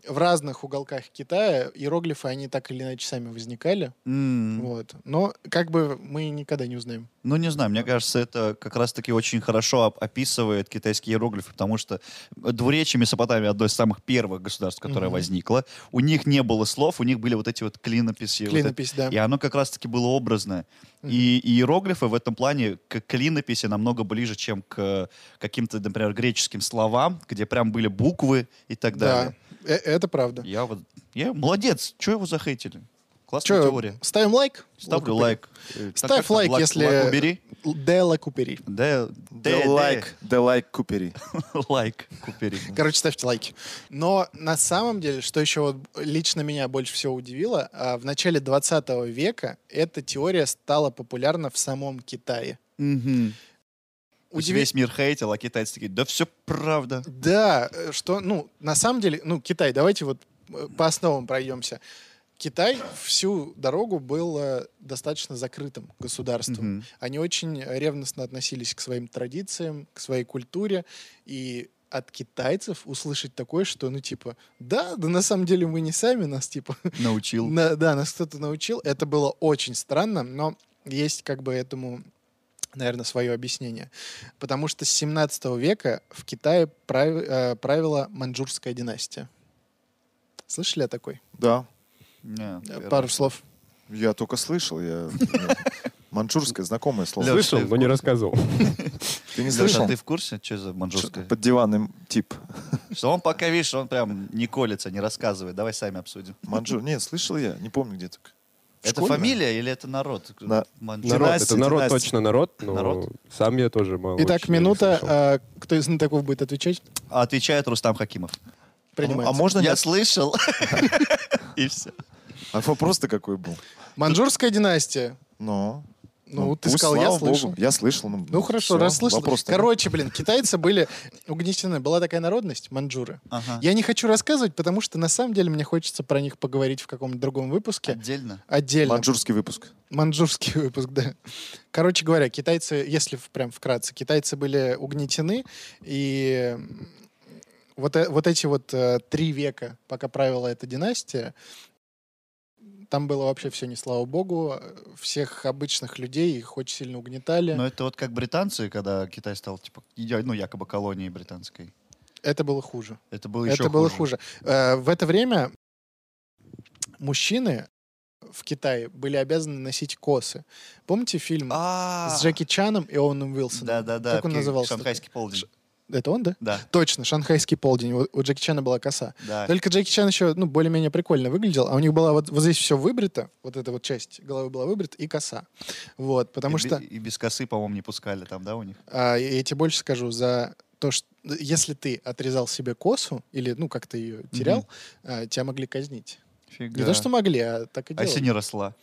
Speaker 1: в разных уголках Китая иероглифы, они так или иначе сами возникали.
Speaker 4: М,
Speaker 1: Вот. Но как бы мы никогда не узнаем.
Speaker 4: Ну, не знаю, мне кажется, это как раз-таки очень хорошо оп- описывает китайские иероглифы, потому что двуречие Месопотамия одно из самых первых государств, которое
Speaker 1: Мгм.
Speaker 4: возникло. У них не было слов, у них были вот эти вот клинописи. вот это-
Speaker 1: Клинопись, да.
Speaker 4: И оно как раз-таки было образное. И иероглифы в этом плане к клинописи намного ближе, чем к э, каким-то, например, греческим словам, где прям были буквы и так
Speaker 1: Да,
Speaker 4: далее.
Speaker 1: Э- это правда.
Speaker 4: Я вот... Я молодец, что его захейтили? Классная
Speaker 1: Че,
Speaker 4: теория.
Speaker 1: ставим лайк?
Speaker 4: Ставлю
Speaker 1: Лакупери.
Speaker 4: лайк. Э, так
Speaker 1: Ставь
Speaker 4: как там?
Speaker 1: лайк, если-
Speaker 4: Лайк убери.
Speaker 1: Дела Купери.
Speaker 4: Да,
Speaker 2: The like, the like Купери.
Speaker 4: Лайк убери.
Speaker 1: Короче, ставьте лайки. Но на самом деле, что еще вот лично меня больше всего удивило, а, в начале 20 века эта теория стала популярна в самом Китае.
Speaker 4: Мгм. То есть
Speaker 1: Удиви-
Speaker 4: Весь мир хейтил, а китайцы такие, да все правда.
Speaker 1: Да, э, что, ну, на самом деле, ну, Китай, давайте вот э, по основам пройдемся. Китай всю дорогу был э, достаточно закрытым государством.
Speaker 4: Мгм.
Speaker 1: Они очень ревностно относились к своим традициям, к своей культуре. И от китайцев услышать такое, что, ну, типа, да, да на самом деле мы не сами, нас, типа,
Speaker 4: Научил.
Speaker 1: на- да, нас кто-то научил. Это было очень странно, но есть как бы этому, наверное, свое объяснение. Потому что с 17 века в Китае прав- э, правила маньчжурская династия. Слышали о такой?
Speaker 2: Да,
Speaker 4: Не,
Speaker 1: Пару слов.
Speaker 2: я только слышал. я- ну, Манчжурское знакомое слово.
Speaker 4: Лёш,
Speaker 3: Слышал,
Speaker 4: ты в
Speaker 3: но не рассказывал.
Speaker 2: Ты не
Speaker 4: Лёша, а
Speaker 2: слышал?
Speaker 4: ты в курсе, что за манжурская?
Speaker 2: Под диванным тип.
Speaker 4: Что он пока, видишь, он прям не колется, не рассказывает. Давай сами обсудим.
Speaker 2: Манчжур. Нет, слышал я, не помню где так. В
Speaker 4: Это
Speaker 2: школе,
Speaker 4: фамилия или это народ?
Speaker 2: На-
Speaker 4: Манчжур.
Speaker 3: Народ,
Speaker 2: Династия,
Speaker 3: это народ,
Speaker 2: династия.
Speaker 3: точно народ. но
Speaker 4: Народ.
Speaker 3: Сам я тоже мало.
Speaker 1: Итак,
Speaker 3: очень не
Speaker 1: минута.
Speaker 3: слышал.
Speaker 1: а, кто из таков будет отвечать?
Speaker 4: А Отвечает Рустам Хакимов.
Speaker 2: наверное.
Speaker 1: Принимается.
Speaker 2: А можно
Speaker 4: Я
Speaker 2: не...
Speaker 4: слышал. И все.
Speaker 2: А вопрос-то какой был?
Speaker 1: Маньчжурская династия
Speaker 2: Но...
Speaker 1: Ну, ты
Speaker 2: пусть,
Speaker 1: сказал, я
Speaker 2: слава богу,
Speaker 1: слышал.
Speaker 2: я слышал. Ну,
Speaker 1: Ну хорошо,
Speaker 2: всё,
Speaker 1: раз слышал.
Speaker 2: вопрос-то нет.
Speaker 1: Короче, блин, китайцы были угнетены. Была такая народность, маньчжуры.
Speaker 4: Ага.
Speaker 1: Я не хочу рассказывать, потому что на самом деле мне хочется про них поговорить в каком-то другом выпуске.
Speaker 4: Отдельно.
Speaker 1: Отдельно.
Speaker 2: Маньчжурский выпуск.
Speaker 1: Манчжурский выпуск, да. Короче говоря, китайцы, если в- прям вкратце, китайцы были угнетены, и м, вот, э- вот эти вот э, три века, пока правила эта династия, там было вообще все не слава богу, э, всех обычных людей их очень сильно угнетали.
Speaker 4: Но это вот как британцы, когда Китай стал, типа, я- ну, якобы колонией британской.
Speaker 1: Это было хуже.
Speaker 4: Это было еще
Speaker 1: это было хуже. Э, в это время мужчины в Китае были обязаны носить косы. Помните фильм
Speaker 4: А,
Speaker 1: с Джеки Чаном и Оуэном Уилсоном?
Speaker 4: Да-да-да.
Speaker 1: Как он
Speaker 4: ки-
Speaker 1: назывался?
Speaker 4: Шанхайский полдень.
Speaker 1: Это он, да?
Speaker 4: Да,
Speaker 1: Точно, шанхайский полдень. У, у Джеки Чана была коса.
Speaker 4: да.
Speaker 1: Только Джеки Чан еще ну, более-менее прикольно выглядел, а у них была вот, вот здесь все выбрито, вот эта вот часть головы была выбрита, и коса. Вот, потому
Speaker 4: и, бе-
Speaker 1: что,
Speaker 4: И без косы, по-моему, не пускали там, да, у них?
Speaker 1: а, я тебе больше скажу, за то, что если ты отрезал себе косу, или, ну, как-то ее терял, а, тебя могли казнить.
Speaker 4: Фига.
Speaker 1: Не то, что могли, а так и
Speaker 4: А
Speaker 1: делали.
Speaker 4: если не росла?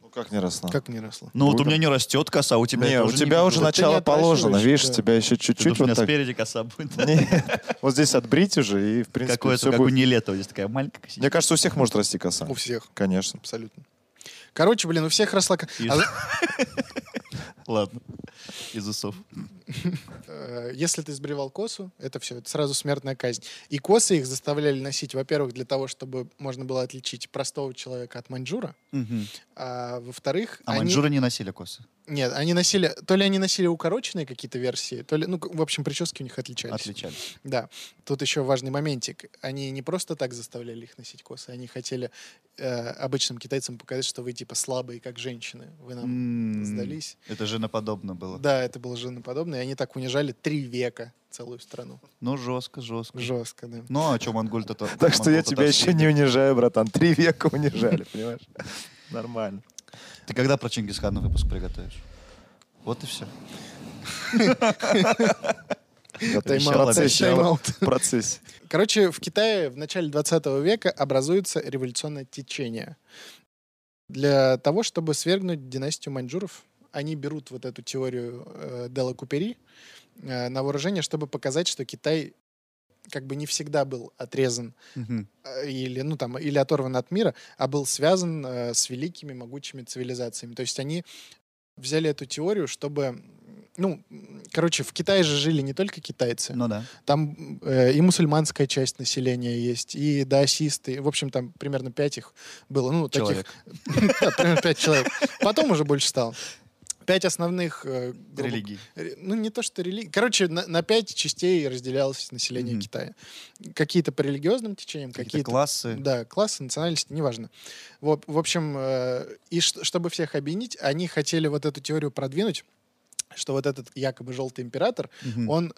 Speaker 2: Ну как не росла?
Speaker 1: Как мне росло?
Speaker 4: Ну, вот у
Speaker 2: Круто.
Speaker 4: меня не растет коса, у тебя
Speaker 2: не,
Speaker 4: это
Speaker 2: у
Speaker 4: уже
Speaker 2: тебя уже
Speaker 1: Ты не
Speaker 2: начало положено,
Speaker 1: отращиваешь,
Speaker 2: видишь,
Speaker 1: да.
Speaker 2: тебя еще чуть-чуть
Speaker 4: чуть у меня
Speaker 2: вот так.
Speaker 4: спереди коса будет. да?
Speaker 2: Нет, вот здесь отбрить уже, и, в принципе,
Speaker 4: Какое-то,
Speaker 2: все
Speaker 4: как у
Speaker 2: будет.
Speaker 4: не лето, здесь такая маленькая косичка.
Speaker 2: Мне кажется, у всех может расти коса.
Speaker 1: У всех,
Speaker 2: Конечно.
Speaker 1: абсолютно. Короче, блин, у всех росла... ко-
Speaker 4: Из-
Speaker 1: А
Speaker 4: Ладно, из усов.
Speaker 1: Э, если ты сбривал косу, это все, это сразу смертная казнь. И косы их заставляли носить, во-первых, для того, чтобы можно было отличить простого человека от маньчжура,
Speaker 4: Мгм.
Speaker 1: а во-вторых,
Speaker 4: А
Speaker 1: они...
Speaker 4: маньчжуры не носили косы.
Speaker 1: Нет, они носили... То ли они носили укороченные какие-то версии, то ли... Ну, к- в общем, прически у них отличались.
Speaker 4: Отличались.
Speaker 1: Да. Тут еще важный моментик. Они не просто так заставляли их носить косы, они хотели э, обычным китайцам показать, что вы, типа, слабые, как женщины. Вы нам
Speaker 4: М,
Speaker 1: сдались.
Speaker 4: М-м-м. Это женоподобно было.
Speaker 1: Да, это было женоподобно, и они так унижали три века целую страну.
Speaker 4: Ну, жестко, жестко.
Speaker 1: Жестко, да.
Speaker 4: Ну, а что монголь-то...
Speaker 2: Так что я тебя еще не унижаю, братан. Три века унижали, понимаешь? Нормально.
Speaker 4: Ты когда про Чингисхана выпуск приготовишь? Вот и все.
Speaker 1: Тайм-аут.
Speaker 2: В процессе.
Speaker 1: Тайм-аут.
Speaker 2: В процессе.
Speaker 1: Короче, в Китае в начале 20 века образуется революционное течение. Для того, чтобы свергнуть династию маньчжуров, они берут вот эту теорию э, Дела Купери э, на вооружение, чтобы показать, что Китай как бы не всегда был отрезан э, или, ну, там, или оторван от мира, а был связан э, с великими могучими цивилизациями. То есть они взяли эту теорию, чтобы... м, Ну, м, короче, в Китае же жили не только китайцы,
Speaker 4: Ну да.
Speaker 1: там э, и мусульманская часть населения есть, и даосисты. В общем, там примерно пять их было. Ну,
Speaker 4: Человек.
Speaker 1: таких. Да, примерно пять человек. Потом уже больше стало. Пять основных... э, грубо-
Speaker 4: Религии.
Speaker 1: ре- Ну, не то, что религии. Короче, на, на пять частей разделялось население
Speaker 4: Мгм.
Speaker 1: Китая. Какие-то по религиозным течениям,
Speaker 4: Какие-то
Speaker 1: какие-то...
Speaker 4: классы.
Speaker 1: Да, классы, национальности, неважно. Вот, в общем, э, и ш- чтобы всех объединить, они хотели вот эту теорию продвинуть, что вот этот якобы желтый император,
Speaker 4: Мгм.
Speaker 1: он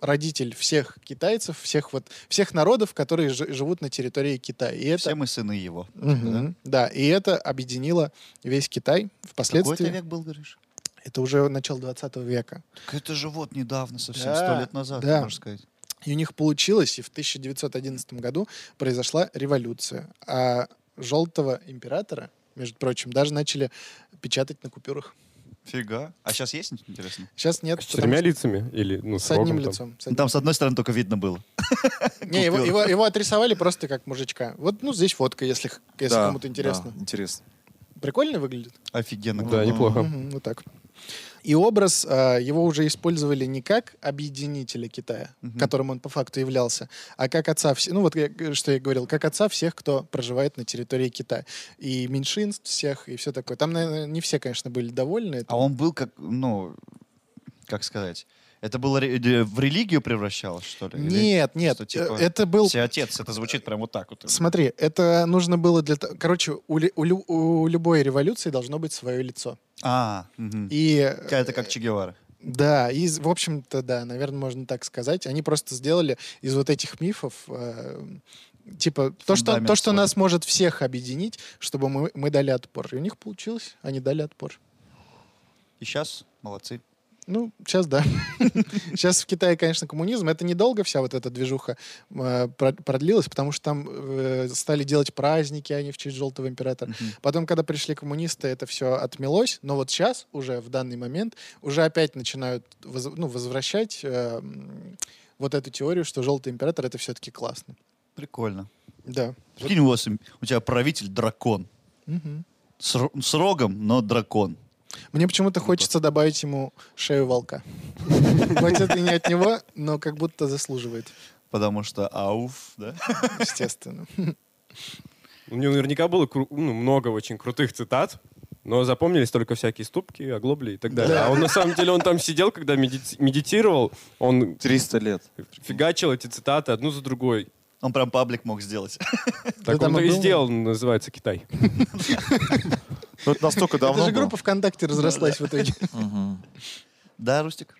Speaker 1: родитель всех китайцев, всех вот всех народов, которые жи- живут на территории Китая. И это
Speaker 4: Все мы сыны его.
Speaker 1: Мгм. да, и это объединило весь Китай
Speaker 4: Какой
Speaker 1: впоследствии.
Speaker 4: ты век был, говоришь?
Speaker 1: Это уже начало 20 века.
Speaker 4: Так это же вот недавно, совсем,
Speaker 1: Да,
Speaker 4: сто лет назад,
Speaker 1: да.
Speaker 4: можно сказать.
Speaker 1: И у них получилось, и в 1911 году произошла революция. А желтого императора, между прочим, даже начали печатать на купюрах.
Speaker 4: Фига. А сейчас есть, интересно?
Speaker 1: Сейчас нет.
Speaker 3: С
Speaker 1: потому
Speaker 3: четырьмя лицами? Или,
Speaker 1: что-
Speaker 3: ну, с,
Speaker 1: с одним
Speaker 3: рогом там?
Speaker 1: лицом. с
Speaker 4: Ну,
Speaker 1: одним.
Speaker 4: Там, с одной стороны, только видно было.
Speaker 1: Не, его, его, его отрисовали просто как мужичка. Вот, ну, здесь фотка, если, х- если
Speaker 2: Да,
Speaker 1: кому-то интересно.
Speaker 2: да, интересно.
Speaker 1: Прикольно выглядит?
Speaker 4: Офигенно.
Speaker 3: Да, неплохо.
Speaker 1: Мгм, вот так. И образ, а, его уже использовали не как объединителя Китая,
Speaker 4: Мгм.
Speaker 1: которым он по факту являлся, а как отца, вс- ну вот я г- что я говорил, как отца всех, кто проживает на территории Китая. И меньшинств всех, и все такое. Там, наверное, не все, конечно, были довольны.
Speaker 4: А он был как, ну, как сказать, это было ре- де- в религию превращалось, что ли? Или
Speaker 1: Нет, нет,
Speaker 4: что, типа,
Speaker 1: э, это был...
Speaker 4: Всеотец, это звучит прям вот так вот.
Speaker 1: Смотри, это нужно было для того... Короче, у, лю- у лю- у любой революции должно быть свое лицо.
Speaker 4: А, мгм.
Speaker 1: И... э,
Speaker 4: это как Че Гевара.
Speaker 1: Да, и, в общем-то, да, наверное, можно так сказать. Они просто сделали из вот этих мифов, э, типа, то что,
Speaker 4: Фундамент
Speaker 1: то, что
Speaker 4: свой.
Speaker 1: нас может всех объединить, чтобы мы, мы дали отпор. И у них получилось, они дали отпор.
Speaker 4: И сейчас молодцы.
Speaker 1: Ну, сейчас да. Сейчас в Китае, конечно, коммунизм. Это недолго вся вот эта движуха э, про- продлилась, потому что там э, стали делать праздники, они в честь Желтого Императора.
Speaker 4: Мгм.
Speaker 1: Потом, когда пришли коммунисты, это все отмелось. Но вот сейчас, уже в данный момент, уже опять начинают воз- ну, возвращать э, м, вот эту теорию, что Желтый Император — это все-таки классно.
Speaker 4: Прикольно.
Speaker 1: Да.
Speaker 4: Прикинь, у вас у тебя правитель дракон.
Speaker 1: Мгм.
Speaker 4: С, р- с рогом, но дракон.
Speaker 1: Мне
Speaker 3: Ну
Speaker 1: почему-то хочется добавить ему шею волка. Хоть это и не от него, но как будто заслуживает,
Speaker 4: Потому что ауф, да?
Speaker 1: естественно.
Speaker 3: У него наверняка было кру- ну, много очень крутых цитат, но запомнились только всякие ступки, оглобли и так далее.
Speaker 1: Да.
Speaker 3: А он на самом деле, он там сидел, когда медити- медитировал, он
Speaker 2: 300 лет.
Speaker 3: фигачил эти цитаты одну за другой.
Speaker 4: Он прям паблик мог сделать.
Speaker 1: Да
Speaker 3: Так
Speaker 1: там
Speaker 3: он
Speaker 1: и
Speaker 3: и
Speaker 1: было.
Speaker 3: сделал, называется Китай.
Speaker 2: Ну, это настолько давно
Speaker 1: Это же
Speaker 2: было.
Speaker 1: группа ВКонтакте разрослась в итоге.
Speaker 2: Мгм.
Speaker 4: Да, Рустик?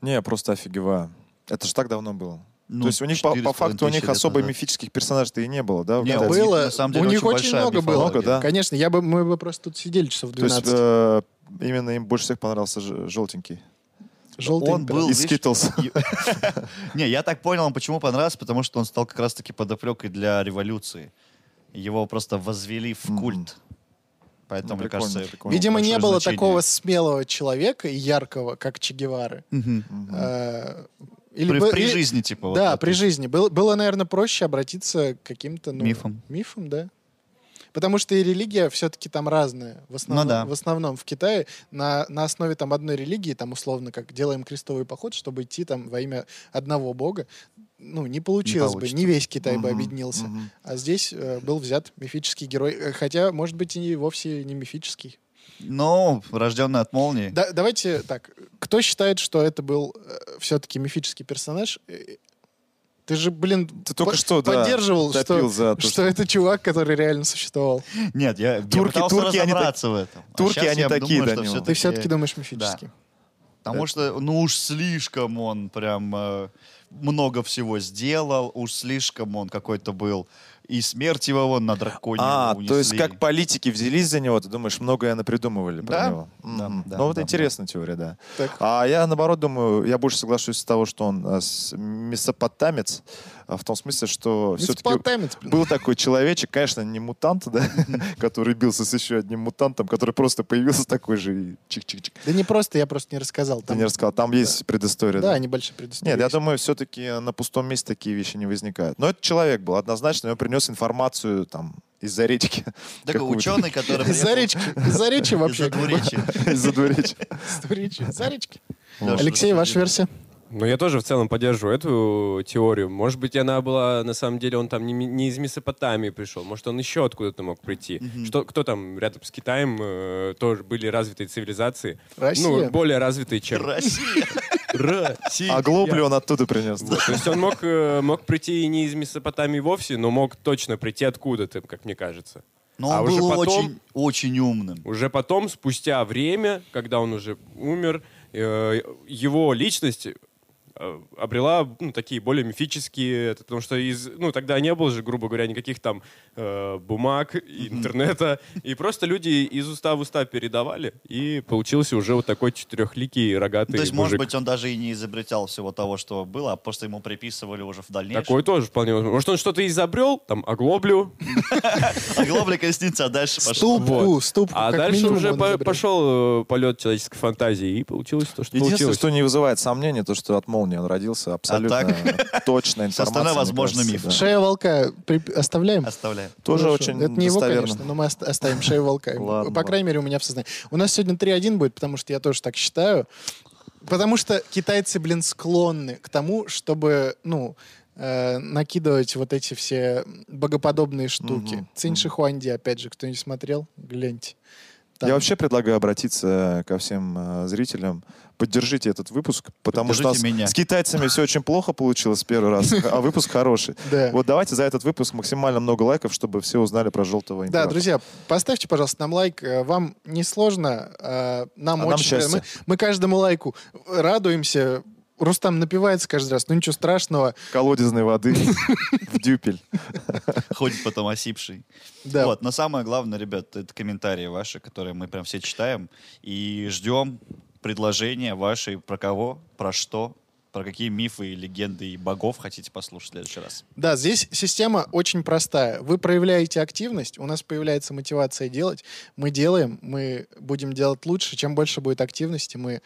Speaker 2: Не, я просто офигеваю. Это же так давно было.
Speaker 4: Ну,
Speaker 2: То есть у них по,
Speaker 4: 4,5
Speaker 2: по факту у них
Speaker 4: тысячи лет
Speaker 2: особо
Speaker 4: назад.
Speaker 2: мифических персонажей-то и не было, да? в
Speaker 4: Не,
Speaker 2: Китае?
Speaker 4: у них,
Speaker 1: Было,
Speaker 4: на самом
Speaker 1: у
Speaker 4: деле,
Speaker 1: них
Speaker 4: очень
Speaker 1: очень
Speaker 4: большая
Speaker 1: много было.
Speaker 4: мифология.
Speaker 2: да.
Speaker 1: Конечно, я бы, мы бы просто тут сидели часов
Speaker 2: То есть
Speaker 1: 12.
Speaker 2: э, именно им больше всех понравился ж- желтенький.
Speaker 1: Желтый
Speaker 4: э, он
Speaker 1: император.
Speaker 4: был,
Speaker 2: Из
Speaker 4: видишь,
Speaker 2: Skittles.
Speaker 4: Не, я так понял, он почему понравился, потому что он стал как раз-таки подоплекой для революции. Его просто возвели в
Speaker 2: Мгм.
Speaker 4: культ. Поэтому,
Speaker 2: Ну,
Speaker 4: мне
Speaker 2: прикольно,
Speaker 4: кажется...
Speaker 2: прикольно.
Speaker 1: Видимо, не
Speaker 4: большое
Speaker 1: было
Speaker 4: значение.
Speaker 1: такого смелого человека и яркого, как Че Гевары.
Speaker 4: Мгм.
Speaker 2: Мгм.
Speaker 1: Э, или бы-
Speaker 4: При при
Speaker 1: или-
Speaker 4: жизни, типа. вот
Speaker 1: Да,
Speaker 4: это.
Speaker 1: при жизни. Было, было, наверное, проще обратиться к каким-то... ну,
Speaker 4: Мифам.
Speaker 1: Мифам, да. Потому что и религия все-таки там разная. В основном,
Speaker 4: Ну да.
Speaker 1: в, основном в Китае на, на основе там одной религии, там условно как делаем крестовый поход, чтобы идти там во имя одного бога, ну, не получилось бы,
Speaker 4: получится.
Speaker 1: не весь Китай бы
Speaker 2: Мгм,
Speaker 1: объединился.
Speaker 2: мгм.
Speaker 1: А здесь э, был взят мифический герой, э, хотя, может быть, и вовсе не мифический.
Speaker 4: Но рожденный от молнии.
Speaker 1: Да- давайте так. Кто считает, что это был все-таки мифический персонаж? Э, Ты же, блин,
Speaker 2: Ты только
Speaker 1: по-
Speaker 2: что, да,
Speaker 1: поддерживал,
Speaker 2: топил
Speaker 1: что,
Speaker 2: за то,
Speaker 1: что
Speaker 2: что-
Speaker 1: это чувак, который реально существовал.
Speaker 4: Нет, я, я
Speaker 2: Турки-
Speaker 4: пытался
Speaker 2: турки, они
Speaker 4: разобраться в этом. А
Speaker 2: турки,
Speaker 4: щас
Speaker 2: они
Speaker 4: я
Speaker 2: такие,
Speaker 4: думаю, что
Speaker 2: Данила.
Speaker 1: Ты
Speaker 4: всё-таки-
Speaker 1: все-таки думаешь мифический.
Speaker 4: Потому что, ну уж слишком он прям э, много всего сделал, уж слишком он какой-то был. И смерть его вон на драконе
Speaker 2: А,
Speaker 4: унесли.
Speaker 2: то есть как политики взялись за него, ты думаешь, многое напридумывали
Speaker 4: Да,
Speaker 2: про него.
Speaker 4: да,
Speaker 2: Мгм.
Speaker 4: да,
Speaker 2: ну вот
Speaker 4: да,
Speaker 2: интересная теория, да.
Speaker 1: Так.
Speaker 2: А я наоборот думаю, я больше соглашусь с того, что он э, с- месопотамец, а в том
Speaker 1: Ну,
Speaker 2: смысле, что
Speaker 1: типа,
Speaker 2: все-таки
Speaker 1: Месопотамец, блин.
Speaker 2: был такой человечек, конечно, не мутант, да, который бился с еще одним мутантом, который просто появился такой же и чик-чик-чик.
Speaker 1: Да не просто, я просто не рассказал.
Speaker 2: Ты
Speaker 1: Там,
Speaker 2: не рассказал, там есть предыстория.
Speaker 1: да,
Speaker 2: да.
Speaker 1: небольшая предыстория.
Speaker 2: Нет, я думаю, все-таки на пустом месте такие вещи не возникают. Но этот человек был однозначно, и он принес информацию там из-за речки.
Speaker 4: Такой
Speaker 2: какую-то.
Speaker 4: ученый, который...
Speaker 1: Из-за
Speaker 4: приехал
Speaker 1: речки, из-за речи вообще.
Speaker 4: из-за двуречия.
Speaker 2: Из-за двуречья.
Speaker 1: Из-за речи, из-за речки.
Speaker 4: Лёша,
Speaker 1: Алексей,
Speaker 4: расскажи.
Speaker 1: ваша версия?
Speaker 3: Но я тоже в целом поддерживаю эту теорию. Может быть, она была, на самом деле, он там не, ми- не из Месопотамии пришел. Может, он еще откуда-то мог прийти. Что, кто там рядом с Китаем э, тоже были развитые цивилизации?
Speaker 1: Россия.
Speaker 3: Ну, более развитые, чем
Speaker 4: Россия.
Speaker 3: Россия.
Speaker 2: А глобли он оттуда принес.
Speaker 3: Вот, То есть он мог, э, мог прийти и не из Месопотамии вовсе, но мог точно прийти откуда-то, как мне кажется.
Speaker 4: Но
Speaker 3: а
Speaker 4: он
Speaker 3: уже
Speaker 4: Ну, был
Speaker 3: потом,
Speaker 4: очень, очень умным.
Speaker 3: уже потом, спустя время, когда он уже умер, э, его личность э, обрела ну, такие более мифические, это потому что из, ну, тогда не было же, грубо говоря, никаких там э, бумаг, и интернета, и просто люди из уста в уста передавали, и получился уже вот такой четырехликий рогатый
Speaker 4: Ну, То есть, может
Speaker 3: мужик.
Speaker 4: быть, он даже и не изобретал всего того, что было, а просто ему приписывали уже в дальнейшем.
Speaker 3: Такой тоже вполне возможно. Может, он что-то изобрел, там, оглоблю,
Speaker 4: А глобля коснится, а дальше пошел.
Speaker 1: Ступку, ступку.
Speaker 3: А
Speaker 1: как
Speaker 3: дальше
Speaker 1: минимум,
Speaker 3: уже
Speaker 1: он
Speaker 3: по-
Speaker 1: изобрел.
Speaker 3: пошел э, полет человеческой фантазии, и получилось то, что
Speaker 2: Единственное,
Speaker 3: получилось.
Speaker 2: что не вызывает сомнений, то, что от молнии он родился.
Speaker 1: А
Speaker 2: Абсолютно точная информация.
Speaker 4: Всё остальное,
Speaker 2: мне
Speaker 4: возможно,
Speaker 2: кажется,
Speaker 4: миф.
Speaker 2: да.
Speaker 1: Шея волка при- оставляем?
Speaker 4: Оставляем.
Speaker 2: Тоже
Speaker 1: Хорошо.
Speaker 2: очень
Speaker 1: Это не его,
Speaker 2: достоверно.
Speaker 1: конечно, но мы ост- оставим шею волка. Ему-
Speaker 2: Ладно,
Speaker 1: По
Speaker 2: ладно.
Speaker 1: крайней мере, у меня в сознании. У нас сегодня 3-1 будет, потому что я тоже так считаю. Потому что китайцы, блин, склонны к тому, чтобы, ну, э, накидывать вот эти все богоподобные штуки.
Speaker 2: Мгм,
Speaker 1: Цинь Шихуанди, опять же, кто не смотрел, гляньте. Там-
Speaker 2: Я вообще предлагаю обратиться ко всем э, зрителям. Поддержите этот выпуск, потому что у нас
Speaker 4: Поддержите меня.
Speaker 2: с китайцами все очень плохо получилось в первый раз, а выпуск хороший.
Speaker 1: Да.
Speaker 2: Вот давайте за этот выпуск максимально много лайков, чтобы все узнали про желтого
Speaker 1: Да,
Speaker 2: императора.
Speaker 1: друзья, поставьте, пожалуйста, нам лайк. Э, Вам не сложно, э, нам
Speaker 2: А нам
Speaker 1: очень приятно.
Speaker 2: счастье.
Speaker 1: Мы, мы каждому лайку радуемся. Рустам напивается каждый раз, ну ничего страшного.
Speaker 2: Колодезной воды в дюпель.
Speaker 4: Ходит потом осипший.
Speaker 1: Да.
Speaker 4: Вот, но самое главное, ребят, это комментарии ваши, которые мы прям все читаем и ждем предложения ваши про кого, про что, про какие мифы и легенды и богов хотите послушать в следующий раз.
Speaker 1: Да, здесь система очень простая. Вы проявляете активность, у нас появляется мотивация делать. Мы делаем, мы будем делать лучше. Чем больше будет активности, мы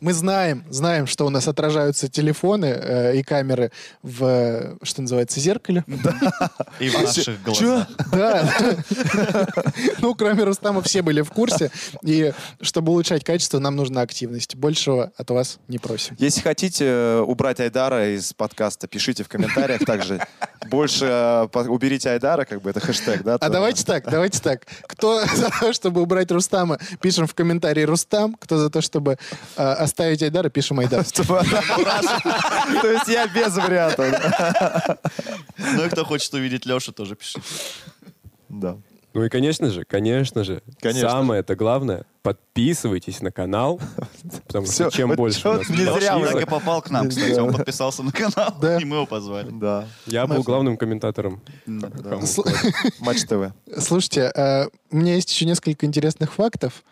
Speaker 1: мы знаем, знаем, что у нас отражаются телефоны э, и камеры в, э, что называется, зеркале.
Speaker 4: И в
Speaker 2: А
Speaker 4: наших
Speaker 2: чё-
Speaker 4: глазах.
Speaker 1: Да. Ну, кроме Рустама, все были в курсе. И чтобы улучшать качество, нам нужна активность. Большего от вас не просим.
Speaker 2: Если хотите э, убрать Айдара из подкаста, пишите в комментариях также. Больше э, по- уберите Айдара, как бы это хэштег, да?
Speaker 1: А
Speaker 2: там.
Speaker 1: давайте так, давайте так. Кто за то, чтобы убрать Рустама, пишем в комментарии Рустам. Кто за то, чтобы э, оставить Айдара, пишем Айдар.
Speaker 2: Чтобы- То есть я без вариантов. да?
Speaker 4: Ну и кто хочет увидеть Лешу, тоже пишите.
Speaker 2: Да.
Speaker 3: Ну и, конечно же, конечно же,
Speaker 2: Конечно.
Speaker 3: самое это главное, подписывайтесь на канал, потому
Speaker 2: Всё,
Speaker 3: что чем
Speaker 2: вот
Speaker 3: больше у
Speaker 2: чё
Speaker 3: нас
Speaker 2: не
Speaker 4: Леша
Speaker 2: зря
Speaker 3: подписок,
Speaker 2: вы
Speaker 4: так и попал к нам, кстати. Он подписался на канал,
Speaker 1: Да.
Speaker 4: и мы его позвали.
Speaker 2: Да.
Speaker 3: я был главным комментатором. Кому?
Speaker 1: Сл-
Speaker 2: Матч ТВ.
Speaker 1: Слушайте, э, у меня есть еще несколько интересных фактов.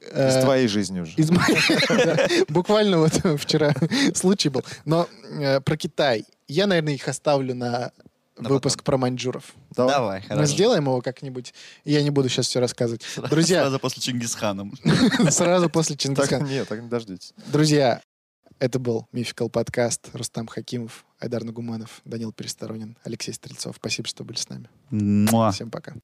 Speaker 2: Из
Speaker 1: Э,
Speaker 2: твоей жизни уже.
Speaker 1: Из моей- да. Буквально вот вчера случай был. Но э, про Китай. Я, наверное, их оставлю на
Speaker 4: На
Speaker 1: выпуск про маньчжуров.
Speaker 4: Давай,
Speaker 1: Мы
Speaker 4: хорошо.
Speaker 1: сделаем его как-нибудь. Я не буду сейчас все рассказывать. Друзья,
Speaker 4: Сразу после Чингисханом.
Speaker 1: сразу после
Speaker 2: Так,
Speaker 1: Чингисхана.
Speaker 2: нет, так не дождитесь.
Speaker 1: Друзья, это был Мификал подкаст. Рустам Хакимов, Айдар
Speaker 4: А.
Speaker 1: Нагуманов, Данил Пересторонин, Алексей Стрельцов. Спасибо, что были с нами.
Speaker 4: Муа.
Speaker 1: Всем пока.